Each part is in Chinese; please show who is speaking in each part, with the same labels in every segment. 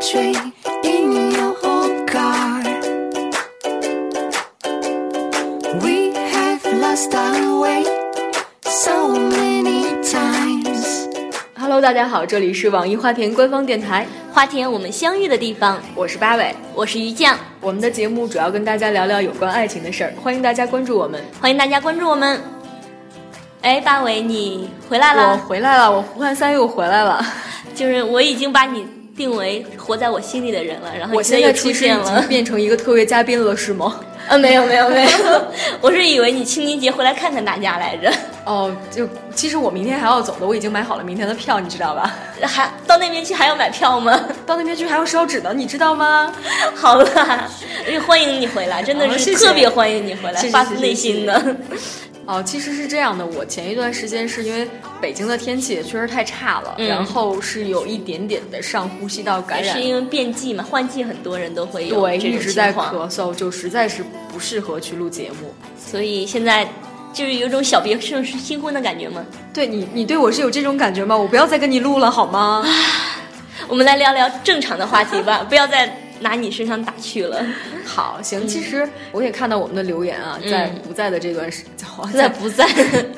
Speaker 1: 睡，一你要 old car. We have lost our way so many times.
Speaker 2: Hello，大家好，这里是网易花田官方电台，
Speaker 3: 花田，我们相遇的地方。
Speaker 2: 我是八尾。
Speaker 3: 我是于酱，
Speaker 2: 我们的节目主要跟大家聊聊有关爱情的事儿，欢迎大家关注我们。
Speaker 3: 欢迎大家关注我们。哎，八尾，你回来
Speaker 2: 我
Speaker 3: 了，
Speaker 2: 回来了，我胡汉三又回来了。
Speaker 3: 就是我已经把你定为活在我心里的人了，然后
Speaker 2: 我
Speaker 3: 你
Speaker 2: 现
Speaker 3: 又
Speaker 2: 在
Speaker 3: 出
Speaker 2: 其实
Speaker 3: 现
Speaker 2: 已经
Speaker 3: 了。
Speaker 2: 变成一个特约嘉宾了，是吗？
Speaker 3: 呃，没有没有没有， 我是以为你清明节回来看看大家来着，
Speaker 2: 哦，就其实我明天还要走的，我已经买好了明天的票，你知道吧？
Speaker 3: 还到那边去还要买票吗？
Speaker 2: 到那边去还要烧纸呢，你知道吗？
Speaker 3: 好了，哎欢迎你回来，真的
Speaker 2: 好谢
Speaker 3: 是
Speaker 2: 谢
Speaker 3: 特别欢迎你回来，
Speaker 2: 是是
Speaker 3: 发
Speaker 2: 是
Speaker 3: 自
Speaker 2: 是
Speaker 3: 内
Speaker 2: 是
Speaker 3: 心的。
Speaker 2: 哦，其实是这样的，我前一段时间是因为北京的天气也确实太差了，
Speaker 3: 嗯
Speaker 2: 然后是有一点点的上呼吸道感
Speaker 3: 也
Speaker 2: 染
Speaker 3: 是，因为变季嘛，换季很多人都会有
Speaker 2: 对，
Speaker 3: 这
Speaker 2: 一
Speaker 3: 种
Speaker 2: 直在
Speaker 3: 情
Speaker 2: 咳
Speaker 3: 况，
Speaker 2: 嗽，就实在是不适合去录节目。
Speaker 3: 所以现在就是有种小别胜新婚的感觉嘛。
Speaker 2: 对你，你对我是有这种感觉吗？我不要再跟你录了好吗？
Speaker 3: 我们来聊聊正常的话题吧，不要再拿你身上打趣 了。
Speaker 2: 好，行，其实我也看到我们的留言啊，在
Speaker 3: 嗯
Speaker 2: 不在的这段时，好
Speaker 3: 在不在？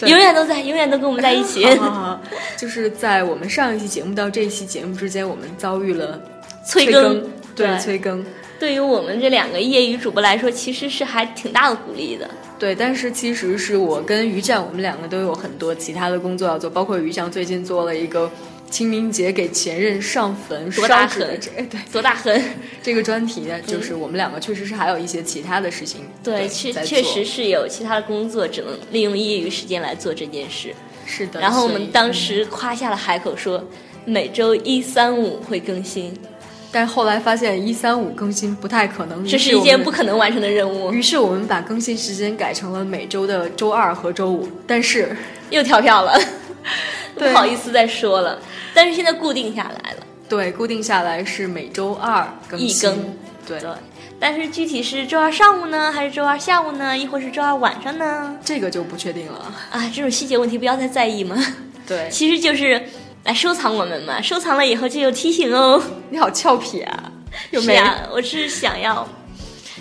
Speaker 2: 对
Speaker 3: 永远都在，永远都跟我们在一起。
Speaker 2: 好好好就是在我们上一期节目到这一期节目之间，我们遭遇了
Speaker 3: 催
Speaker 2: 更
Speaker 3: 更，，
Speaker 2: 对
Speaker 3: 对
Speaker 2: 催更，
Speaker 3: 对于我们这两个业余主播来说，其实是还挺大的鼓励的。
Speaker 2: 对，但是其实是我跟于酱，我们两个都有很多其他的工作要做，包括于酱最近做了一个清明节给前任上坟
Speaker 3: 多大
Speaker 2: 烧纸的
Speaker 3: 恨
Speaker 2: 这哎对
Speaker 3: 多大恨？
Speaker 2: 这个专题呢，就是我们两个确实是还有一些其他的事情
Speaker 3: 对，确
Speaker 2: 在
Speaker 3: 确
Speaker 2: 做
Speaker 3: 实是有其他的工作，只能利用业余时间来做这件事。
Speaker 2: 是的。
Speaker 3: 然后我
Speaker 2: 所以嗯
Speaker 3: 们当时夸下了海口说，每周一、三、五会更新，
Speaker 2: 但是后来发现一三五更新不太可能，于
Speaker 3: 这是
Speaker 2: 我
Speaker 3: 一
Speaker 2: 们
Speaker 3: 件不可能完成的任务，
Speaker 2: 于是我们把更新时间改成了每周的周二和周五，但是
Speaker 3: 又跳票了，不
Speaker 2: 对
Speaker 3: 好意思再说了。但是现在固定下来了，
Speaker 2: 对固定下来是每周二更
Speaker 3: 一
Speaker 2: 新，
Speaker 3: 更
Speaker 2: 对
Speaker 3: 对。但是具体是周二上午呢，还是周二下午呢，亦或是周二晚上呢？
Speaker 2: 这个就不确定了。
Speaker 3: 啊，这种细节问题不要太在意嘛，
Speaker 2: 对，
Speaker 3: 其实就是来收藏我们嘛，收藏了以后就有提醒哦。
Speaker 2: 你好俏皮啊，有
Speaker 3: 是
Speaker 2: 没有？
Speaker 3: 啊，我是想要，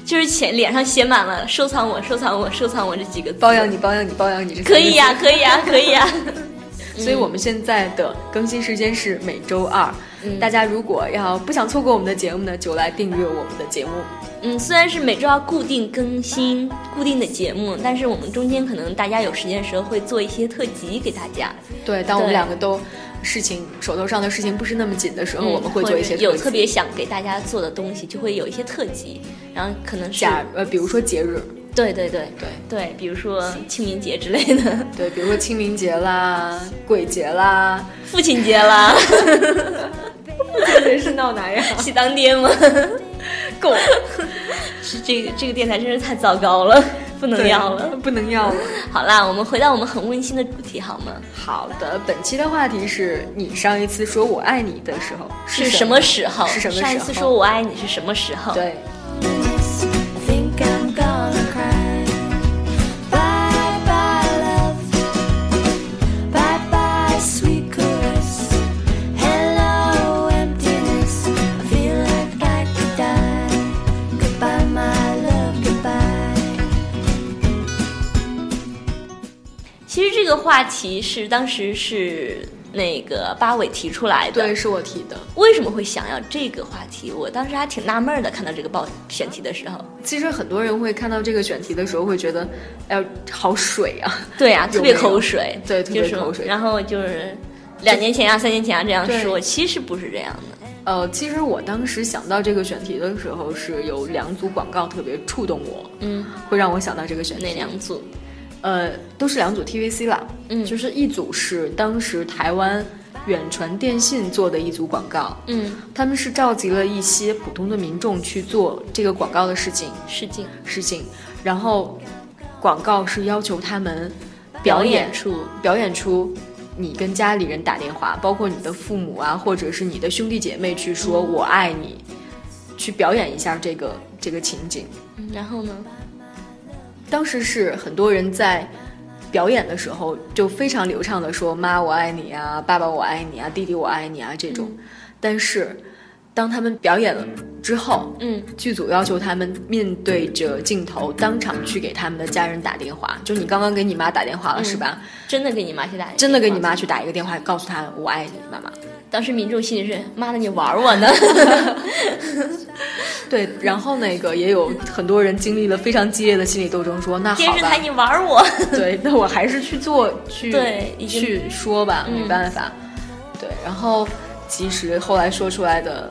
Speaker 3: 就是前脸上写满了“收藏我，收藏我，收藏我”这几个字
Speaker 2: 包养你，包养你，包养你，这
Speaker 3: 可以啊呀、
Speaker 2: 呀、
Speaker 3: 可以呀、可以呀、
Speaker 2: 所以
Speaker 3: 嗯
Speaker 2: 我们现在的更新时间是每周二。
Speaker 3: 嗯
Speaker 2: 大家如果要不想错过我们的节目呢，就来订阅我们的节目。
Speaker 3: 嗯，虽然是每周要固定更新固定的节目，但是我们中间可能大家有时间的时候会做一些特辑给大家。
Speaker 2: 对，当我们
Speaker 3: 对
Speaker 2: 两个都事情手头上的事情不是那么紧的时嗯候，我们会
Speaker 3: 或
Speaker 2: 做一
Speaker 3: 者
Speaker 2: 些
Speaker 3: 嗯有
Speaker 2: 特
Speaker 3: 特
Speaker 2: 别
Speaker 3: 别想给大家做的东西，就会有一些特辑，然后可能是
Speaker 2: 假呃，比如说节日，
Speaker 3: 对对对
Speaker 2: 对
Speaker 3: 对，比如说清明节之类的，
Speaker 2: 对，比如说清明节啦、鬼节啦，
Speaker 3: 父亲 节啦，
Speaker 2: 真是闹哪样？
Speaker 3: 喜当爹吗？
Speaker 2: 够
Speaker 3: 是这个这个电台真是太糟糕了，不能要了。，
Speaker 2: 不能要了。
Speaker 3: 好啦，我们回到我们很温馨的主题好吗？
Speaker 2: 好的，本期的话题是你上一次说我爱你的时候
Speaker 3: 是什
Speaker 2: 什
Speaker 3: 么？时候？
Speaker 2: 是什么时候
Speaker 3: 上一次说我爱你是什么时候？，
Speaker 2: 对，
Speaker 1: I think I'm gonna cry. Bye bye love. Bye bye sweet caress. Hello emptiness. I feel like I could die. Goodbye my love. Goodbye.
Speaker 3: 其实这个话题是当时是那个八尾提出来的。
Speaker 2: 对，，是我提的。
Speaker 3: 为什么会想要这个话题？我当时还挺纳闷儿的，看到这个报选题的时候。
Speaker 2: 其实很多人会看到这个选题的时候，会觉得，哎呦，好水啊！
Speaker 3: 对啊，
Speaker 2: 有
Speaker 3: 特别
Speaker 2: 没有
Speaker 3: 口水，
Speaker 2: 对特别
Speaker 3: 就是
Speaker 2: 口水
Speaker 3: 然后就是两年前啊、三年前啊这样
Speaker 2: 对
Speaker 3: 说，其实不是这样的。
Speaker 2: 呃，其实我当时想到这个选题的时候，是有两组广告特别触动我，
Speaker 3: 嗯，
Speaker 2: 会让我想到这个选题。
Speaker 3: 那两组，
Speaker 2: 呃，都是两组 TVC 啦，
Speaker 3: 嗯
Speaker 2: 就是一组是当时台湾远传电信做的一组广告，
Speaker 3: 嗯，
Speaker 2: 他们是召集了一些普通的民众去做这个广告的事情
Speaker 3: 试镜
Speaker 2: 事情，然后广告是要求他们表
Speaker 3: 演
Speaker 2: 演
Speaker 3: 出，
Speaker 2: 表演出你跟家里人打电话，包括你的父母啊，或者是你的兄弟姐妹去说“我爱你”，去表演一下这个这个情景。
Speaker 3: 嗯然后呢？
Speaker 2: 当时是很多人在表演的时候就非常流畅的说“妈，我爱你啊”“爸爸，我爱你啊”“弟弟，我爱你啊”这种，但是当他们表演了之后，
Speaker 3: 嗯，
Speaker 2: 剧组要求他们面对着镜头，当场去给他们的家人打电话。就你刚刚给你妈打电话了、是吧？
Speaker 3: 真的给你妈去打电话，
Speaker 2: 真的给你妈去打一个电话，告诉她我爱你，妈妈。
Speaker 3: 当时民众心里是妈的，你玩我 呢。
Speaker 2: 对，然后那个也有很多人经历了非常激烈的心理斗争说，那
Speaker 3: 电
Speaker 2: 好
Speaker 3: 视
Speaker 2: 吧
Speaker 3: 台，你玩我，
Speaker 2: 对，那我还是去做去
Speaker 3: 对嗯已经
Speaker 2: 去说吧，没办法。对，然后其实后来说出来的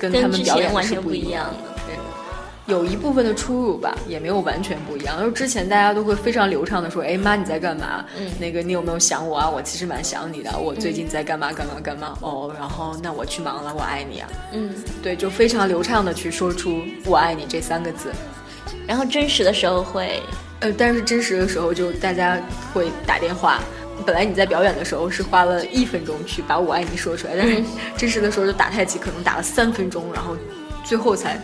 Speaker 2: 跟他
Speaker 3: 跟
Speaker 2: 们
Speaker 3: 之
Speaker 2: 表
Speaker 3: 前
Speaker 2: 演的
Speaker 3: 完
Speaker 2: 是
Speaker 3: 全不
Speaker 2: 一
Speaker 3: 一样
Speaker 2: 的。
Speaker 3: 的。
Speaker 2: 有一部分的出入吧，也没有完全不一样。就是之前大家都会非常流畅的说：“哎妈，你在干嘛？
Speaker 3: 嗯
Speaker 2: 那个你有没有想我啊？我其实蛮想你的，我最近在干嘛干嘛干嘛。哦，然后那我去忙了，我爱你啊。
Speaker 3: 嗯，
Speaker 2: 对，就非常流畅的去说出“我爱你”这三个字。
Speaker 3: 然后真实的时候会，
Speaker 2: 呃，但是真实的时候就大家会打电话。本来你在表演的时候是花了一分钟去把“我爱你”说出来，但是
Speaker 3: 嗯
Speaker 2: 真实的时候就打太极，可能打了三分钟，然后最后才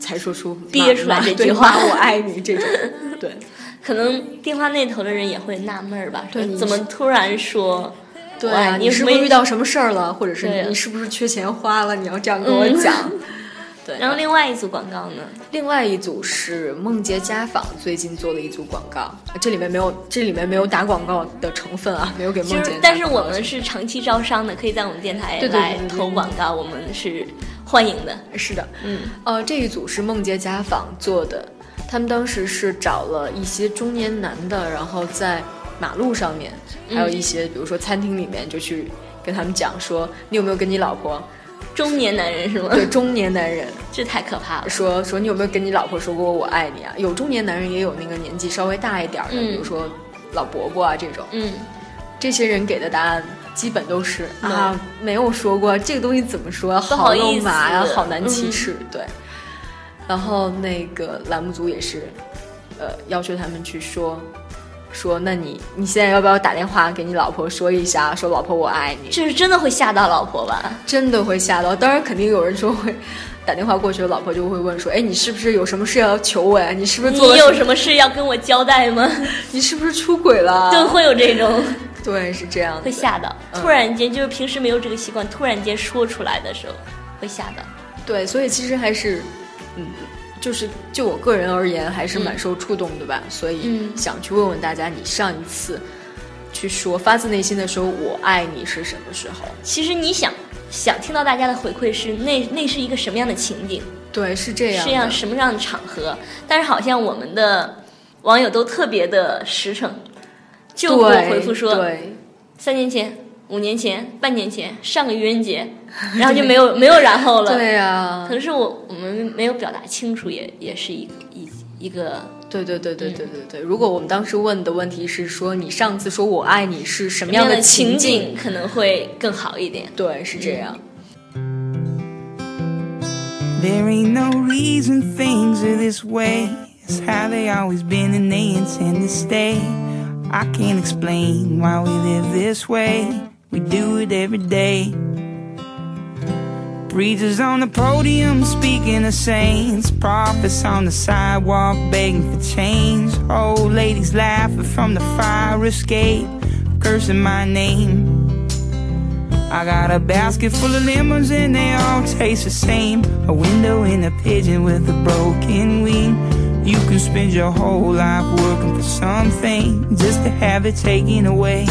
Speaker 2: 才说出
Speaker 3: 憋出来
Speaker 2: 妈
Speaker 3: 这
Speaker 2: 对
Speaker 3: 句话
Speaker 2: 妈我爱你”这种。 对，
Speaker 3: 可能电话那头的人也会纳闷儿吧，说
Speaker 2: 对你
Speaker 3: 怎么突然说？
Speaker 2: 对
Speaker 3: 哇
Speaker 2: 啊，
Speaker 3: 你
Speaker 2: 你是不是
Speaker 3: 没
Speaker 2: 遇到什么事儿了，或者是
Speaker 3: 对啊
Speaker 2: 你是不是缺钱花了？你要这样跟我
Speaker 3: 嗯
Speaker 2: 讲。对，
Speaker 3: 然后另外一组广告呢？
Speaker 2: 另外一组是梦洁家纺最近做的一组广告，呃这里面没有这里面没有打广告的成分啊，没有给梦
Speaker 3: 就
Speaker 2: 洁
Speaker 3: 是
Speaker 2: 打，
Speaker 3: 但是
Speaker 2: 广告
Speaker 3: 我们是长期招商的，可以在我们电台
Speaker 2: 对对对
Speaker 3: 来
Speaker 2: 对对
Speaker 3: 投广告，我们是欢迎的。
Speaker 2: 是的，
Speaker 3: 嗯，
Speaker 2: 呃，这一组是梦洁家纺做的，他们当时是找了一些中年男的，然后在马路上面，还有一些、比如说餐厅里面，就去跟他们讲说，你有没有跟你老婆，
Speaker 3: 中年男人是吗？
Speaker 2: 对中年男人
Speaker 3: 这太可怕了。
Speaker 2: 说说你有没有跟你老婆说过我爱你啊？有中年男人，也有那个年纪稍微大一点儿的，
Speaker 3: 嗯
Speaker 2: 比如说老伯伯啊这种，
Speaker 3: 嗯，
Speaker 2: 这些人给的答案。基本都是
Speaker 3: No
Speaker 2: 啊，没有说过这个东西怎么说，
Speaker 3: 嗯不好
Speaker 2: 肉
Speaker 3: 意思
Speaker 2: 麻呀、好难
Speaker 3: 嗯
Speaker 2: 启齿。对，然后那个栏目组也是，呃，要求他们去说，说那你你现在要不要打电话给你老婆说一下，说老婆我爱你？
Speaker 3: 这是真的会吓到老婆吧？
Speaker 2: 真的会吓到。当然，肯定有人说会打电话过去，老婆就会问说：“哎，你是不是有什么事要求我呀？你是不是
Speaker 3: 你
Speaker 2: 做了
Speaker 3: 有
Speaker 2: 什
Speaker 3: 什
Speaker 2: 么？
Speaker 3: 么事要跟我交代吗？
Speaker 2: 你是不是出轨了？”
Speaker 3: 就会有这种
Speaker 2: 对，是这样的，
Speaker 3: 会吓到，
Speaker 2: 嗯
Speaker 3: 突然间就是平时没有这个习惯，突然间说出来的时候会吓到。
Speaker 2: 对，所以其实还是，嗯，就是就我个人而言，还是蛮
Speaker 3: 嗯
Speaker 2: 受触动的吧。所以
Speaker 3: 嗯
Speaker 2: 想去问问大家，你上一次去说发自内心的说“我爱你”是什么时候？
Speaker 3: 其实你想想听到大家的回馈是那那是一个什么样的情景，
Speaker 2: 对，是这样的，
Speaker 3: 是样什么样的场合，但是好像我们的网友都特别的实诚，就给我
Speaker 2: 对
Speaker 3: 回复说
Speaker 2: 对，
Speaker 3: 三年前、五年前、半年前、上个愚 人节，然后就没有没有然后了。
Speaker 2: 对呀
Speaker 3: 可，能是我我们没有表达清楚也，也是一个一一个
Speaker 2: 对对对对对对
Speaker 3: 嗯
Speaker 2: 对。如果我们当时问的问题是说你上次说我爱你是什么
Speaker 3: 什么样
Speaker 2: 的
Speaker 3: 的情
Speaker 2: 景？
Speaker 3: 景嗯可能会更好一点。
Speaker 2: 对，是这样。
Speaker 4: There ain't no reason things are this way. It's how they always been and they intend to stay. I can't explain why we live this way. We do it every day. Preachers on the podium speaking of saints. Prophets on the sidewalk begging for change. Old ladies laughing from the fire escape, cursing my name. I got a basket full of lemons and they all taste the same. A window in a pigeon with a broken wing. You can spend your whole life working for something just to have it taken away.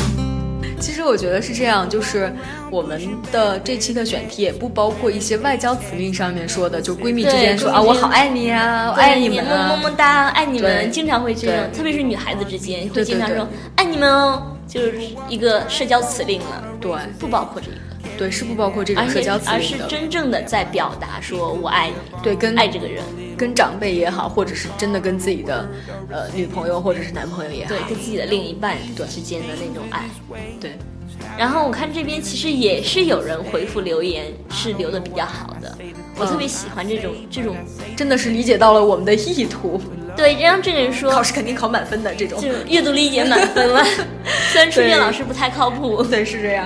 Speaker 2: 其实我觉得是这样，就是我们的这期的选题也不包括一些外交辞令上面说的，就闺蜜之
Speaker 3: 对
Speaker 2: 间说
Speaker 3: 闺蜜
Speaker 2: 啊，
Speaker 3: 之
Speaker 2: 我
Speaker 3: 间
Speaker 2: 好爱你啊，我
Speaker 3: 对
Speaker 2: 爱你们
Speaker 3: 么么
Speaker 2: 啊。
Speaker 3: 么哒，爱你
Speaker 2: 对
Speaker 3: 们，经常会这种，
Speaker 2: 对
Speaker 3: 特别是女孩子之间
Speaker 2: 对
Speaker 3: 会经常
Speaker 2: 对
Speaker 3: 说爱你们哦，就是一个社交辞令了，
Speaker 2: 对
Speaker 3: 不包括这个，
Speaker 2: 对，是不包括这种
Speaker 3: 而
Speaker 2: 社
Speaker 3: 且
Speaker 2: 交辞
Speaker 3: 而
Speaker 2: 令
Speaker 3: 是
Speaker 2: 的。
Speaker 3: 真正的在表达说我爱你，
Speaker 2: 对，跟
Speaker 3: 爱这个人，
Speaker 2: 跟长辈也好，或者是真的跟自己的呃女朋友或者是男朋友也好
Speaker 3: 对，，跟自己的另一半之间的那种爱。
Speaker 2: 对
Speaker 3: 然后我看这边其实也是有人回复留言是留的比较好的，我特别喜欢这种这种，
Speaker 2: 真的是理解到了我们的意图，
Speaker 3: 对，让这个人说
Speaker 2: 考试肯定考满分的这种
Speaker 3: 就。是阅读理解满 分了，虽然初
Speaker 2: 对
Speaker 3: 恋老师不太靠谱。
Speaker 2: 对，是这样。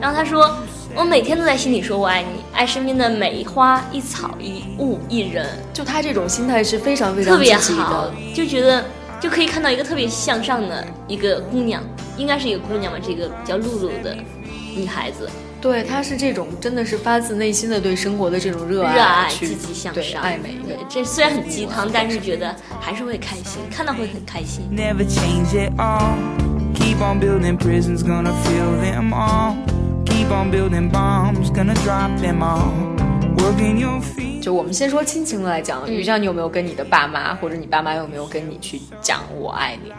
Speaker 3: 然后他说，我每天都在心里说我爱你，爱身边的每一花一草一物一人，
Speaker 2: 就他这种心态是非常非常
Speaker 3: 特别
Speaker 2: 积极
Speaker 3: 好
Speaker 2: 的。，
Speaker 3: 就觉得就可以看到一个特别向上的一个姑娘，应该是一个姑娘吧，这个叫露露的女孩子，
Speaker 2: 对，她是这种真的是发自内心的对生活的这种热
Speaker 3: 热爱、
Speaker 2: 去
Speaker 3: 积极向
Speaker 2: 对
Speaker 3: 上、
Speaker 2: 爱美的
Speaker 3: 对，这虽然很鸡汤，但是觉得还是会开心，看到会很开心。
Speaker 4: never change at all. Keep on building prisons, gonna fill them all. Keep on building bombs, gonna drop them all. Working your feet.
Speaker 2: 就我们先说亲情来讲，于酱，你有没有跟你的爸妈，或者你爸妈有没有跟你去讲“我爱你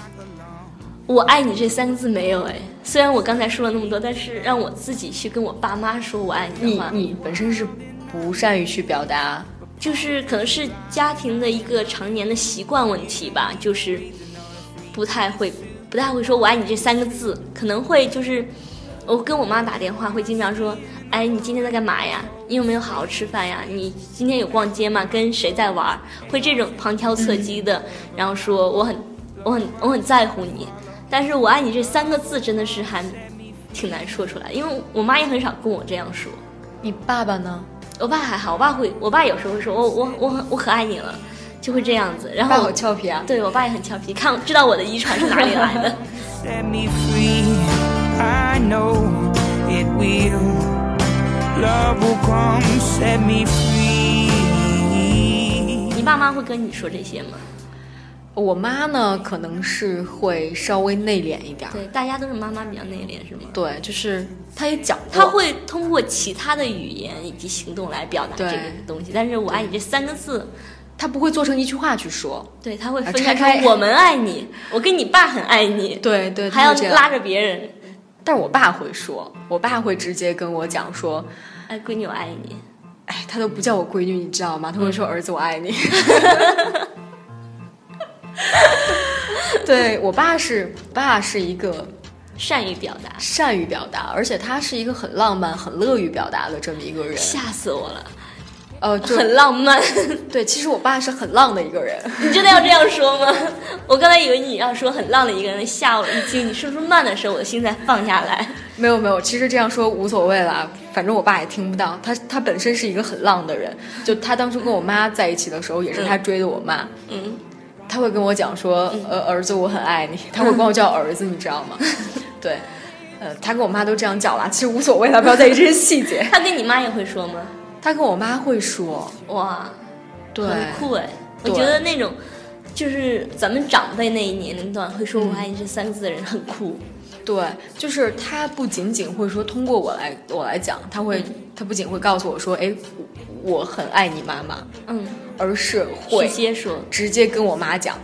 Speaker 3: 我爱你这三个字没有哎，虽然我刚才说了那么多，但是让我自己去跟我爸妈说我爱”？你
Speaker 2: 你
Speaker 3: 的话，
Speaker 2: 你本身是不善于去表达，
Speaker 3: 就是可能是家庭的一个常年的习惯问题吧，就是不太会不太会说我爱你这三个字，可能会就是我跟我妈打电话会经常说，哎，你今天在干嘛呀？你有没有好好吃饭呀？你今天有逛街吗？跟谁在玩儿？会这种旁敲侧击的，然后说我很我很我很在乎你，但是我爱你这三个字真的是还挺难说出来，因为我妈也很少跟我这样说。
Speaker 2: 你爸爸呢？
Speaker 3: 我爸还好，我爸会，我爸有时候会说，我我我很我可爱你了，就会这样子。然
Speaker 2: 爸
Speaker 3: 后
Speaker 2: 好俏皮啊！
Speaker 3: 对我爸也很俏皮，看知道我的遗传是哪里来 的。
Speaker 4: set me free. I know it will. Love will come, set me free.
Speaker 3: 你爸妈会跟你说这些吗？
Speaker 2: 我妈呢，可能是会稍微内敛一点儿，
Speaker 3: 对，大家都是妈妈比较内敛，是吗？
Speaker 2: 对，就是她也讲过，
Speaker 3: 他会通过其他的语言以及行动来表达这
Speaker 2: 对
Speaker 3: 个东西，但是我爱你这三个字，
Speaker 2: 她不会做成一句话去说，
Speaker 3: 对他会
Speaker 2: 啊
Speaker 3: 分开
Speaker 2: 拆开
Speaker 3: 说我们爱你，我跟你爸很爱你，，
Speaker 2: 对对，
Speaker 3: 还要
Speaker 2: 她会这样
Speaker 3: 拉着别人，
Speaker 2: 但是我爸会说，我爸会直接跟我讲说，
Speaker 3: 哎，闺女我爱你，
Speaker 2: 哎，他都不叫我闺女，你知道
Speaker 3: 嗯
Speaker 2: 吗？他会说儿子我爱 你。对我爸是，我爸是一个
Speaker 3: 善于表达，
Speaker 2: 善于表达，而且他是一个很浪漫、很乐于表达的这么一个人。
Speaker 3: 吓死我了，
Speaker 2: 呃，就
Speaker 3: 很浪漫。
Speaker 2: 对，其实我爸是很浪的一个人。
Speaker 3: 你真的要这样说吗？ 我刚才以为你要说很浪的一个人，吓我一惊。你说出慢的时候，我的心才放下来。
Speaker 2: 没有没有，其实这样说无所谓啦，反正我爸也听不到。他他本身是一个很浪的人，就他当初跟我妈在一起的时候，也是他追的我妈。
Speaker 3: 嗯，
Speaker 2: 他会跟我讲说，呃，儿子，我很爱你。他会管我叫儿子，你知道吗？对，呃，他跟我妈都这样叫啦，其实无所谓啦，不要在意这些细节。
Speaker 3: 他跟你妈也会说吗？
Speaker 2: 他跟我妈会说，
Speaker 3: 哇，
Speaker 2: 对，
Speaker 3: 很酷哎！我
Speaker 2: 对
Speaker 3: 觉得那种就是咱们长辈那一年龄段会
Speaker 2: 嗯
Speaker 3: 说“我爱你”这三个字的人很酷。
Speaker 2: 对，就是他不仅仅会说通过我来我来讲，他会、
Speaker 3: 嗯
Speaker 2: 他不仅会告诉我说，哎，我我很爱你妈妈，
Speaker 3: 嗯，
Speaker 2: 而是会
Speaker 3: 直接说，
Speaker 2: 直接跟我妈讲，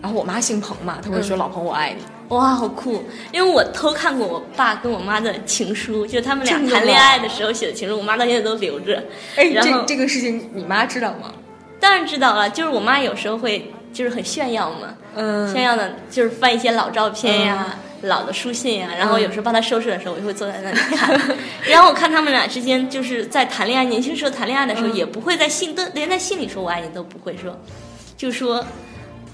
Speaker 2: 然后我妈姓彭嘛，她会说：“
Speaker 3: 嗯
Speaker 2: 老彭，我爱你。
Speaker 3: 哇，好酷！因为我偷看过我爸跟我妈的情书，就他们俩
Speaker 2: 真的吗
Speaker 3: 谈恋爱的时候写的情书，我妈到现在都留着。”
Speaker 2: 哎，
Speaker 3: 然后
Speaker 2: 这这个事情你妈知道吗？
Speaker 3: 当然知道了，就是我妈有时候会就是很炫耀嘛，
Speaker 2: 嗯
Speaker 3: 炫耀呢，就是翻一些老照片呀、老的书信呀，然
Speaker 2: 嗯
Speaker 3: 后有时候帮他收拾的时候，我就会坐在那里 看。然后我看他们俩之间就是在谈恋爱，年轻时候谈恋爱的时候，
Speaker 2: 嗯
Speaker 3: 也不会在信都连在信里说我爱你都不会说，就说、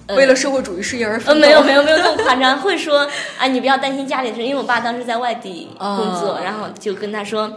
Speaker 3: 呃、
Speaker 2: 为了社会主义事业而
Speaker 3: 呃，
Speaker 2: 奋斗。
Speaker 3: 没有 没有没有那么夸张，会说啊，你不要担心家里的事，因为我爸当时在外地工作，
Speaker 2: 哦
Speaker 3: 然后就跟他说，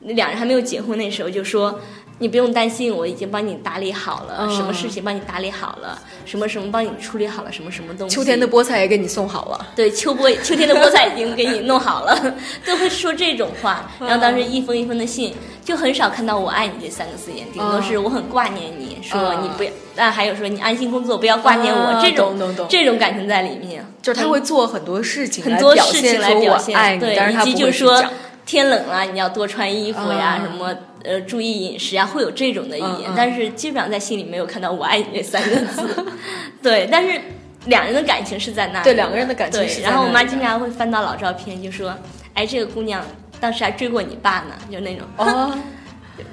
Speaker 3: 两人还没有结婚那时候就说，你不用担心，我已经帮你打理好了，
Speaker 2: 嗯
Speaker 3: 什么事情帮你打理好了，什么什么帮你处理好了，什么什么东西。
Speaker 2: 秋天的菠菜也给你送好了。
Speaker 3: 对秋波秋天的菠菜已经给你弄好了， 都会说这种话。
Speaker 2: 嗯
Speaker 3: 然后当时一封一封的信，就很少看到“我爱你”这三个字眼，顶多
Speaker 2: 嗯
Speaker 3: 是我很挂念你，说
Speaker 2: 嗯
Speaker 3: 你不要，但还有说你安心工作，不要挂念我
Speaker 2: 啊
Speaker 3: 这种
Speaker 2: 懂懂懂
Speaker 3: 这种感情在里面。嗯
Speaker 2: 就是他会做很多事情，
Speaker 3: 很多
Speaker 2: 表
Speaker 3: 事情
Speaker 2: 现
Speaker 3: 来
Speaker 2: 说
Speaker 3: 表
Speaker 2: 我
Speaker 3: 现，
Speaker 2: 爱你，
Speaker 3: 对，
Speaker 2: 但是他
Speaker 3: 以
Speaker 2: 不
Speaker 3: 及就
Speaker 2: 会
Speaker 3: 是
Speaker 2: 去
Speaker 3: 说
Speaker 2: 讲。
Speaker 3: 天冷了，你要多穿衣服呀，
Speaker 2: 啊
Speaker 3: 什么呃，注意饮食呀，会有这种的语言，
Speaker 2: 嗯嗯
Speaker 3: 但是基本上在心里没有看到“我爱你”这三个字， 对，但是两人的感情是在那里，
Speaker 2: 对两个人的感情是
Speaker 3: 对
Speaker 2: 在
Speaker 3: 然后我
Speaker 2: 那
Speaker 3: 妈
Speaker 2: 里的
Speaker 3: 经常会翻到老照片，就说：“哎，这个姑娘当时还追过你爸呢，就那种。”
Speaker 2: 哦，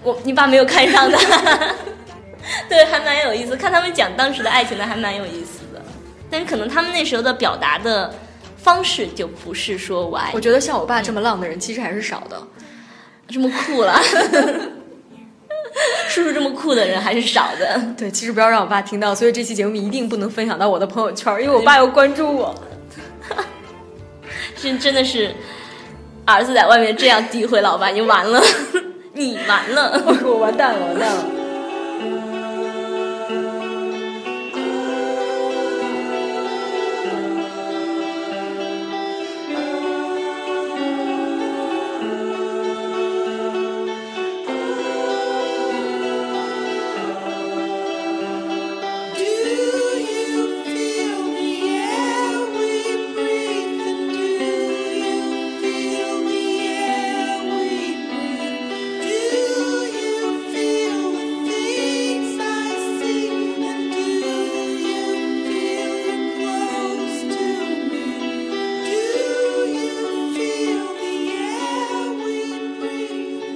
Speaker 3: 我你爸没有看上他， 对，还蛮有意思。看他们讲当时的爱情呢，还蛮有意思的。但是可能他们那时候的表达的方式就不是说我爱
Speaker 2: 我
Speaker 3: 你
Speaker 2: 觉得像我爸这么浪的人其实还是少的。
Speaker 3: 这么酷了， 叔叔这么酷的人还是少的。
Speaker 2: 对，其实不要让我爸听到，所以这期节目一定不能分享到我的朋友圈，因为我爸要关注我。
Speaker 3: 真真的 是儿子在外面这样诋毁老爸，你完了， 你完 了。
Speaker 2: 我完蛋了，完蛋了。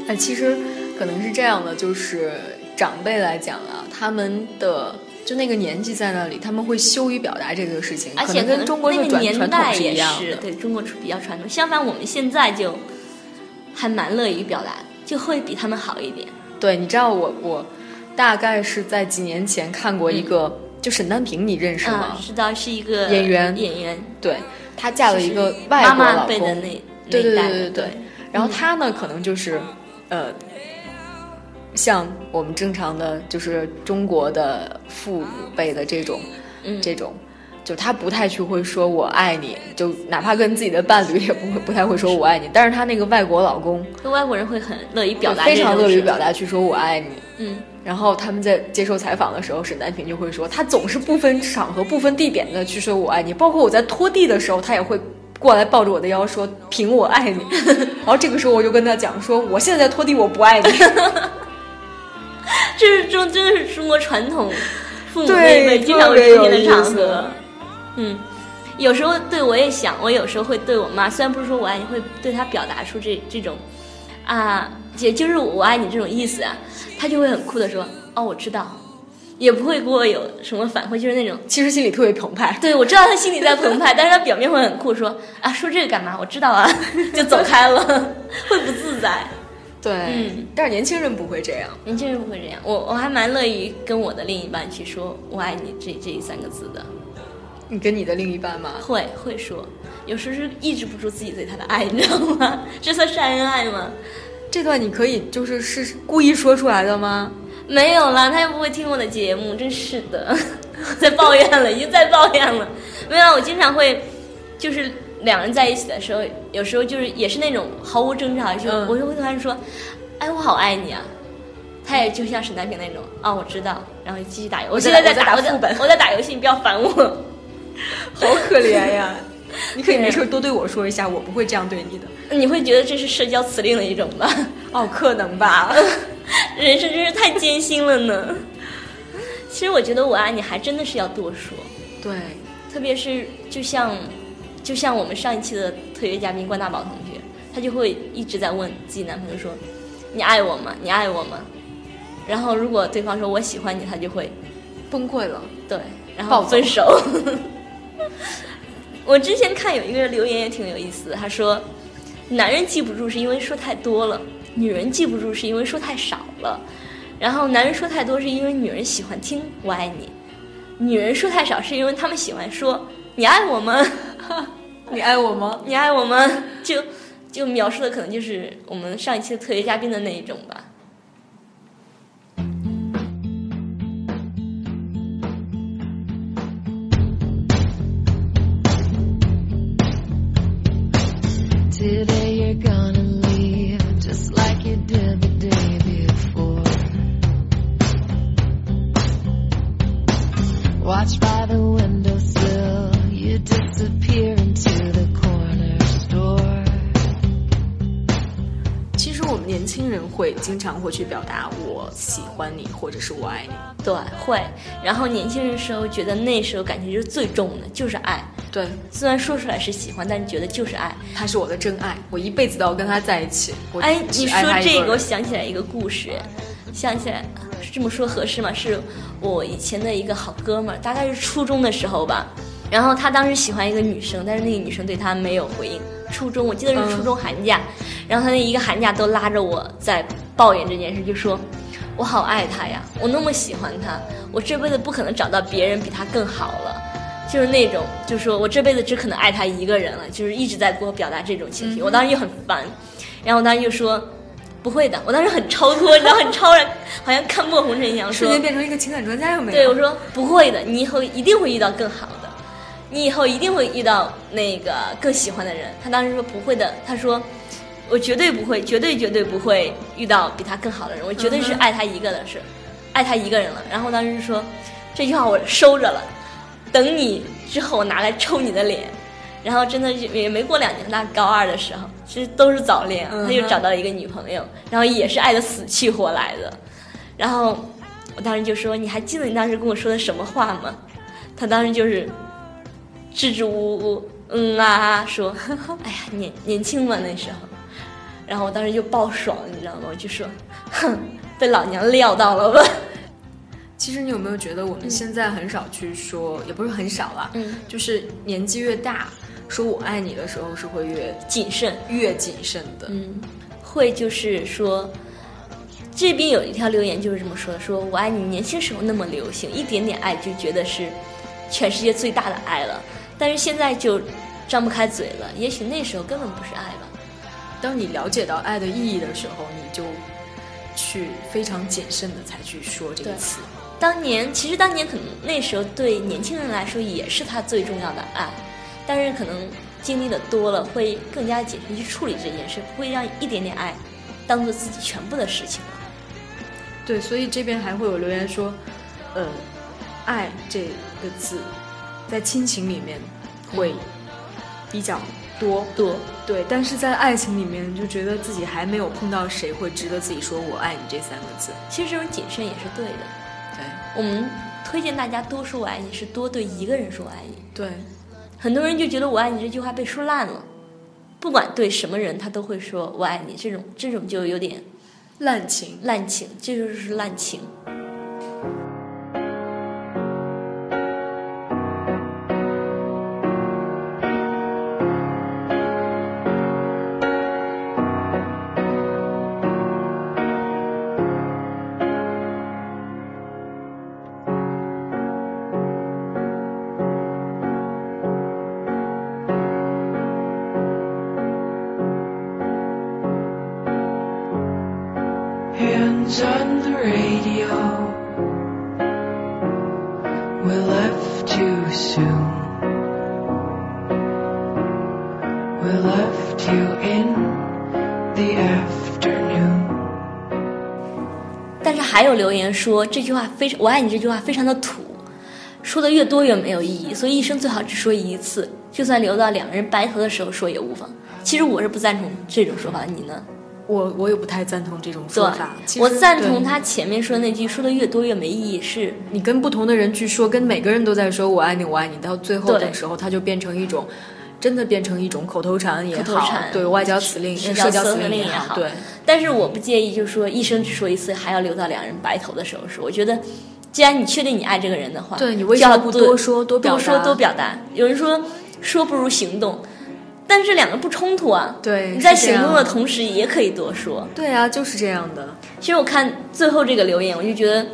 Speaker 2: 那哎其实可能是这样的，就是长辈来讲啊，他们的就那个年纪在那里，他们会羞于表达这个事情，
Speaker 3: 而
Speaker 2: 可
Speaker 3: 且
Speaker 2: 能跟中国
Speaker 3: 那
Speaker 2: 的
Speaker 3: 个
Speaker 2: 传
Speaker 3: 年
Speaker 2: 传统
Speaker 3: 代
Speaker 2: 是一
Speaker 3: 也
Speaker 2: 样
Speaker 3: 是
Speaker 2: 的。
Speaker 3: 对中国是比较传统。相反，我们现在就还蛮乐于表达，就会比他们好一点。
Speaker 2: 对，你知道我我大概是在几年前看过一个，就沈丹平，你认识吗？
Speaker 3: 嗯，知道是一个
Speaker 2: 演员
Speaker 3: 演员
Speaker 2: 对，她嫁了一个
Speaker 3: 就是
Speaker 2: 外国
Speaker 3: 妈
Speaker 2: 老
Speaker 3: 妈辈
Speaker 2: 公，
Speaker 3: 的那
Speaker 2: 对
Speaker 3: 那
Speaker 2: 对
Speaker 3: 一
Speaker 2: 对
Speaker 3: 代
Speaker 2: 对对对。然后她呢，可能就是，呃，像我们正常的，就是中国的父母辈的这种，
Speaker 3: 嗯
Speaker 2: 这种，就她不太去会说我爱你，就哪怕跟自己的伴侣也不会不太会说我爱你。但是她那个外国老公
Speaker 3: 就外国人会很乐于表达，
Speaker 2: 非常乐于表。达去说我爱你。
Speaker 3: 嗯，
Speaker 2: 然后他们在接受采访的时候，沈丹平就会说，他总是不分场合、不分地点的去说我爱你，包括我在拖地的时候，他也会过来抱着我的腰说“凭我爱 你”。然后这个时候我就跟他讲说，我现在在拖地，我不爱你。
Speaker 3: 这是中真的是中国传统父母那一
Speaker 2: 对
Speaker 3: 辈经
Speaker 2: 特
Speaker 3: 常会
Speaker 2: 别
Speaker 3: 出
Speaker 2: 有
Speaker 3: 现的
Speaker 2: 意
Speaker 3: 场
Speaker 2: 思
Speaker 3: 合。嗯，有时候对我也想，我有时候会对我妈，虽然不是说我爱你，会对她表达出这这种啊，也就是我爱你这种意思啊，她就会很酷的说哦，我知道，也不会给我有什么反馈， 就是那种。
Speaker 2: 其实心里特别澎湃。
Speaker 3: 对，我知道她心里在澎湃，但是她表面会很酷，说啊，说这个干嘛？我知道啊，就走开了， 会不自在。
Speaker 2: 对，
Speaker 3: 嗯
Speaker 2: 但是年轻人不会这样。
Speaker 3: 年轻人不会这样，我我还蛮乐于跟我的另一半去说“我爱你这”这三个字的，
Speaker 2: 你跟你的另一半吗？
Speaker 3: 会会说，有时候是抑制不住自己对他的爱，你知道吗？这算晒恩爱吗？
Speaker 2: 这段你可以就是是故意说出来的吗？
Speaker 3: 没有啦，他又不会听我的节目，真是的， 在抱怨了，已经在抱怨了。没有，我经常会，就是两人在一起的时候，有时候就是也是那种毫无征兆，就、
Speaker 2: 嗯
Speaker 3: 我就会突然说，哎，我好爱你啊。他也就像沈丹平那种，啊、我知道，然后继续打游戏。我
Speaker 2: 在
Speaker 3: 现在
Speaker 2: 打我在打
Speaker 3: 在打，我在
Speaker 2: 副本
Speaker 3: 我在打游戏，你不要烦我。
Speaker 2: 好可怜 呀！你可以
Speaker 3: 对
Speaker 2: 没事多对我说一下，我不会这样对你的。
Speaker 3: 你会觉得这是社交辞令的一种吧？
Speaker 2: 哦，可能吧。
Speaker 3: 人生真是太艰辛了呢。其实我觉得我爱你还真的是要多说，
Speaker 2: 对，
Speaker 3: 特别是就像就像我们上一期的特约嘉宾关大宝同学，他就会一直在问自己男朋友说：“你爱我吗？你爱我吗？”然后如果对方说我喜欢你，他就会
Speaker 2: 崩溃了。
Speaker 3: 对，然
Speaker 2: 暴
Speaker 3: 后
Speaker 2: 走
Speaker 3: 分手。 我之前看有一个留言也挺有意思的，他说：“男人记不住是因为说太多了，女人记不住是因为说太少了，然后男人说太多是因为女人喜欢听‘我爱你’，女人说太少是因为他们喜欢说‘你爱我吗？
Speaker 2: 你爱我吗？
Speaker 3: 你爱我吗？’ 就就描述的可能就是我们上一期的特约嘉宾的那一种吧。”
Speaker 1: Today you're gonna leave just like you did the day before. Watch by the windowsill, you disappear into the corner store.
Speaker 2: 其实我们年轻人会经常会去表达我喜欢你或者是我爱你，
Speaker 3: 对，会。然后年轻人时候觉得那时候感情是最重的，就是爱。
Speaker 2: 对，
Speaker 3: 虽然说出来是喜欢，但觉得就是爱。
Speaker 2: 他是我的真爱，我一辈子都要跟他在一起。我
Speaker 3: 哎，
Speaker 2: 只
Speaker 3: 你
Speaker 2: 爱
Speaker 3: 说
Speaker 2: 他一
Speaker 3: 这
Speaker 2: 人
Speaker 3: 个，我想起来一个故事，想起来是这么说合适吗？是我以前的一个好哥们儿，大概是初中的时候吧。然后他当时喜欢一个女生，但是那个女生对他没有回应。初中，我记得是初中寒假，然后他那一个寒假都拉着我在抱怨这件事，就说：“我好爱他呀，我那么喜欢他，我这辈子不可能找到别人比他更好了。”就是那种，就说我这辈子只可能爱他一个人了，就是一直在给我表达这种情绪。我当时就很烦，然后我当时就说不会的，我当时很超脱，你知道，很超然，好像看破红尘一样说
Speaker 2: 瞬间变成一个情感专家有没有？
Speaker 3: 对，我说不会的，你以后一定会遇到更好的，你以后一定会遇到那个更喜欢的人。他当时说不会的，他说我绝对不会，绝对绝对不会遇到比他更好的人，我绝对是
Speaker 2: 嗯
Speaker 3: 爱他一个的是，爱他一个人了。然后我当时说这句话我收着了，等你之后我拿来抽你的脸。然后真的就也没过两年，他高二的时候，其实都是早恋啊，
Speaker 2: 嗯哼
Speaker 3: 他就找到一个女朋友，然后也是爱的死去活来的。然后我当时就说：“你还记得你当时跟我说的什么话吗？”他当时就是啊 支支吾吾，嗯啊啊说：“哎呀，年年轻嘛那时候。”然后我当时就爆爽，你知道吗？我就说，哼，被老娘料到了吧。
Speaker 2: 其实你有没有觉得我们现在很少去说，也不是很少啦，
Speaker 3: 嗯，
Speaker 2: 就是年纪越大，说我爱你的时候是会越
Speaker 3: 谨慎，
Speaker 2: 越谨慎的。
Speaker 3: 嗯，会就是说，这边有一条留言就是这么说的：说我爱你，年轻时候那么流行，一点点爱就觉得是全世界最大的爱了，但是现在就张不开嘴了。也许那时候根本不是爱吧。
Speaker 2: 当你了解到爱的意义的时候，你就去非常谨慎的才去说这个
Speaker 3: 对
Speaker 2: 词。
Speaker 3: 当年其实当年可能那时候对年轻人来说也是他最重要的爱，但是可能经历的多了，会更加谨慎去处理这件事，不会让一点点爱当做自己全部的事情了。
Speaker 2: 对，所以这边还会有留言说，呃，爱这个字在亲情里面会比较多、
Speaker 3: 多
Speaker 2: 对，但是在爱情里面就觉得自己还没有碰到谁会值得自己说我爱你这三个字。
Speaker 3: 其实这种谨慎也是对的。
Speaker 2: 对
Speaker 3: 我们推荐大家多说“我爱你”，是多对一个人说“我爱你
Speaker 2: 对，”。
Speaker 3: 很多人就觉得“我爱你”这句话被说烂了，不管对什么人，他都会说“我爱你”，这种这种就有点
Speaker 2: 滥情。
Speaker 3: 滥情，这就是滥情。
Speaker 5: Hands on the radio. We left too soon. We left you in the afternoon.
Speaker 3: 但是还有留言说这句话非常“我爱你”这句话非常的土，说的越多越没有意义，所以一生最好只说一次，就算留到两个人白头的时候说也无妨。其实我是不赞同这种说法，你呢？
Speaker 2: 我我也不太赞同这种
Speaker 3: 对
Speaker 2: 说法，其，实
Speaker 3: 我赞同。
Speaker 2: 对
Speaker 3: 他前面说的那句“说的越多越没意义”是
Speaker 2: 你跟不同的人去说，跟每个人都在说“我爱你，我爱你”，到最后
Speaker 3: 对
Speaker 2: 的时候，它就变成一种，真的变成一种口头禅也
Speaker 3: 口头
Speaker 2: 好，
Speaker 3: 禅
Speaker 2: 对外交辞令、
Speaker 3: 社
Speaker 2: 社
Speaker 3: 交
Speaker 2: 交
Speaker 3: 辞
Speaker 2: 辞
Speaker 3: 令
Speaker 2: 也
Speaker 3: 也好
Speaker 2: 对，
Speaker 3: 但是我不介意，就是说一生只说一次，还要留到两人白头的时候说。我觉得，既然你确定你爱这个人的话，
Speaker 2: 对你为
Speaker 3: 就要
Speaker 2: 什么不多说多
Speaker 3: 多
Speaker 2: 表达
Speaker 3: 说多表达？有人说说不如行动，但是两个不冲突啊。
Speaker 2: 对
Speaker 3: 你在
Speaker 2: 是这
Speaker 3: 行
Speaker 2: 样
Speaker 3: 动的同时也可以多说。
Speaker 2: 对啊，就是这样的。
Speaker 3: 其实我看最后这个留言，我就觉得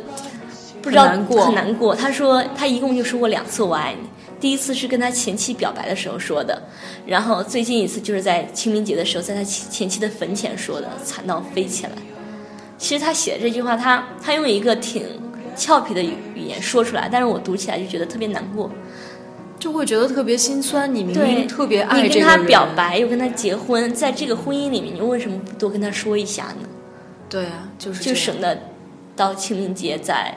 Speaker 3: 不知道
Speaker 2: 很难过
Speaker 3: 很难过。他说他一共就说过两次“我爱你”，第一次是跟他前妻表白的时候说的，然后最近一次就是在清明节的时候，在他前前妻的坟前说的，惨到飞起来。其实他写的这句话，他他用一个挺俏皮的语语言说出来，但是我读起来就觉得特别难过。
Speaker 2: 就会觉得特别心酸。你明
Speaker 3: 对，
Speaker 2: 明特别爱
Speaker 3: 你
Speaker 2: 这
Speaker 3: 跟
Speaker 2: 个
Speaker 3: 他
Speaker 2: 人
Speaker 3: 表，白又跟他结婚，在这个婚姻里面，你为什么不多跟他说一下呢？
Speaker 2: 对啊，就是这
Speaker 3: 就
Speaker 2: 样
Speaker 3: 省得到清明节再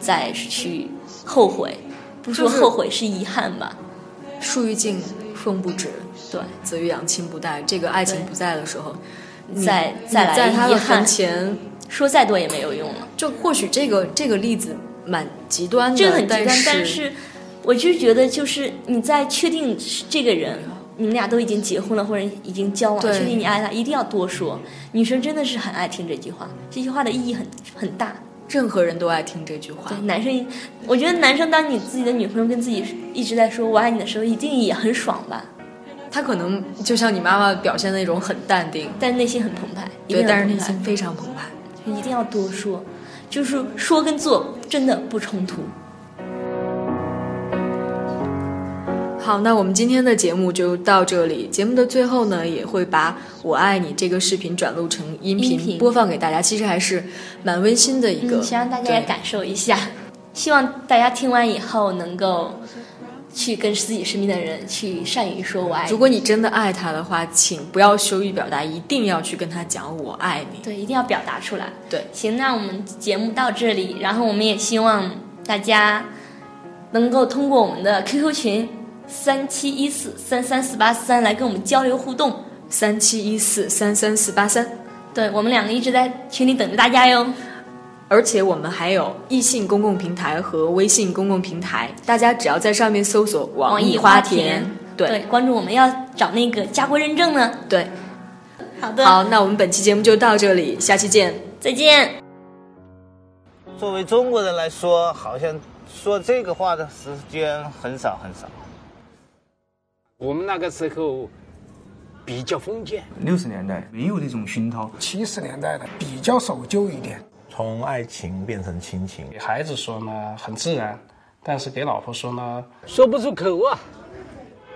Speaker 3: 再去后悔，不说
Speaker 2: 就是
Speaker 3: 后悔是遗憾吧？
Speaker 2: 树欲静风不止，
Speaker 3: 对，
Speaker 2: 子欲养亲不待。这个爱情
Speaker 3: 对
Speaker 2: 不在的时候，你
Speaker 3: 再
Speaker 2: 你
Speaker 3: 再来
Speaker 2: 在他
Speaker 3: 遗
Speaker 2: 的
Speaker 3: 憾
Speaker 2: 坟，前，
Speaker 3: 说再多也没有用了。
Speaker 2: 就或许这个这个例子蛮极端的，
Speaker 3: 这个很极端，
Speaker 2: 但
Speaker 3: 但
Speaker 2: 是
Speaker 3: 是我就觉得，就是你在确定是这个人，你们俩都已经结婚了或者已经交往，
Speaker 2: 对
Speaker 3: 确定你爱他，一定要多说。女生真的是很爱听这句话，这句话的意义很很大。
Speaker 2: 任何人都爱听这句话
Speaker 3: 对，。男生，我觉得男生当你自己的女朋友跟自己一直在说“我爱你”的时候，一定也很爽吧？
Speaker 2: 他可能就像你妈妈表现的那种很淡定，
Speaker 3: 但内心很澎湃，一
Speaker 2: 对，
Speaker 3: 定要
Speaker 2: 但是
Speaker 3: 澎
Speaker 2: 内
Speaker 3: 湃
Speaker 2: 心非常澎湃。
Speaker 3: 一定要多说，就是说跟做真的不冲突。
Speaker 2: 好，那我们今天的节目就到这里。节目的最后呢，也会把“我爱你”这个视频转录成音频
Speaker 3: 音频
Speaker 2: 播放给大家，其实还是蛮温馨的一个，
Speaker 3: 嗯，想让大家也
Speaker 2: 对
Speaker 3: 感受一下，希望大家听完以后能够去跟自己身边的人去善于说我爱
Speaker 2: 如
Speaker 3: 你。
Speaker 2: 果你真的爱他的话，请不要羞于表达，一定要去跟他讲“我爱你
Speaker 3: 对，一定要表达出来。”。
Speaker 2: 对，
Speaker 3: 行，那我们节目到这里，然后我们也希望大家能够通过我们的 QQ 群三七一四三三四八三来跟我们交流互动。
Speaker 2: 三七一四三三四八三。
Speaker 3: 对我们两个一直在群里等着大家哟。
Speaker 2: 而且我们还有异性公共平台和微信公共平台，大家只要在上面搜索“网
Speaker 3: 网易
Speaker 2: 花
Speaker 3: 花田
Speaker 2: 对
Speaker 3: 关注我们要找那个家国认证呢。
Speaker 2: 对。
Speaker 3: 好的，
Speaker 2: 好，那我们本期节目就到这里，下期见。
Speaker 3: 再见。
Speaker 6: 作为中国人来说，好像说这个话的时间很少很少。
Speaker 7: 我们那个时候比较封建，
Speaker 8: 六十年代没有那种熏陶，
Speaker 9: 七十年代的比较守旧一点，
Speaker 10: 从爱情变成亲情，
Speaker 9: 给孩子说呢很自然，但是给老婆说呢，
Speaker 7: 说不出口啊。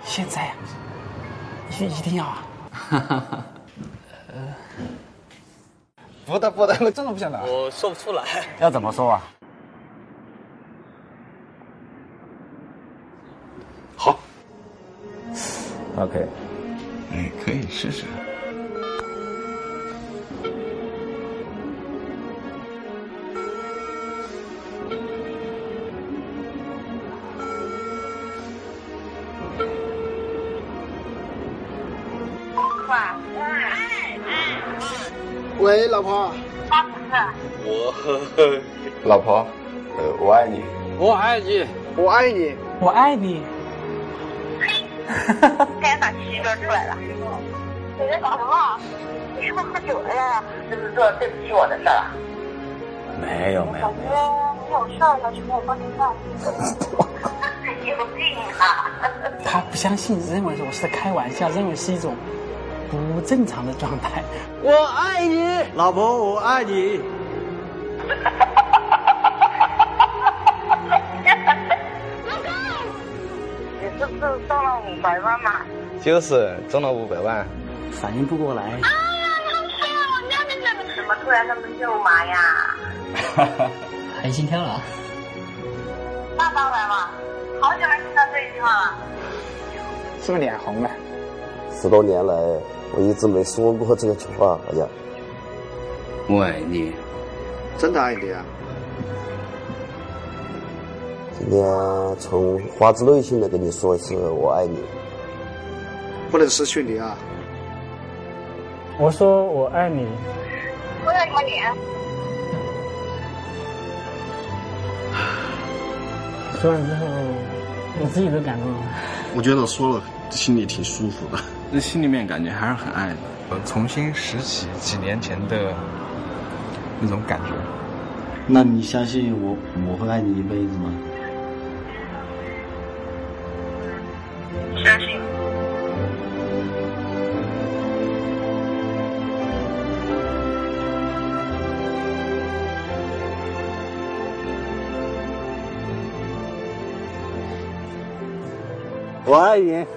Speaker 9: 现在啊，一一定要啊，
Speaker 6: 不的不的，
Speaker 9: 真的不想打。
Speaker 7: 我说不出来。
Speaker 6: 要怎么说啊？
Speaker 7: 好，
Speaker 10: OK，
Speaker 8: 哎，可以试试。
Speaker 9: 喂，老婆，
Speaker 7: 我
Speaker 8: 老婆，呃，我爱你。
Speaker 7: 我爱你。
Speaker 9: 我爱你。
Speaker 11: 我爱你。
Speaker 12: 干把七哥出来了。你在搞什么？你是不是喝酒了呀？是不是做对不起我的事儿啊？
Speaker 10: 没有没有没有，
Speaker 12: 你有事儿了，去给我帮你办。有病啊！
Speaker 11: 他不相信，认为我是在开玩笑，认为是一种不正常的状态。
Speaker 7: 我爱你，老婆，我爱你。
Speaker 12: 你是不是中了五百万嘛？
Speaker 6: 就是中了五百万，
Speaker 11: 反应不过来，
Speaker 12: 哎呀，好笑！那那那怎么突然那么肉麻呀？
Speaker 11: 还心跳了。
Speaker 12: 那当然了，好久没听到这句话了。
Speaker 9: 是不是脸红了？
Speaker 13: 十多年来，我一直没说过这句话，好像。
Speaker 10: 我爱你。
Speaker 9: 真的爱你啊！
Speaker 13: 今天从发自内心的跟你说一次我爱你。
Speaker 9: 不能失去你啊！
Speaker 11: 我说我爱你，
Speaker 12: 我要你们脸，
Speaker 11: 说完之后，我自己都感动了。
Speaker 9: 我觉得我说了，心里挺舒服的。
Speaker 8: 这心里面感觉还是很爱的，我重新拾起几年前的那种感觉。
Speaker 13: 那你相信我，我会爱你一辈子吗？
Speaker 12: 相信。
Speaker 6: 我爱你。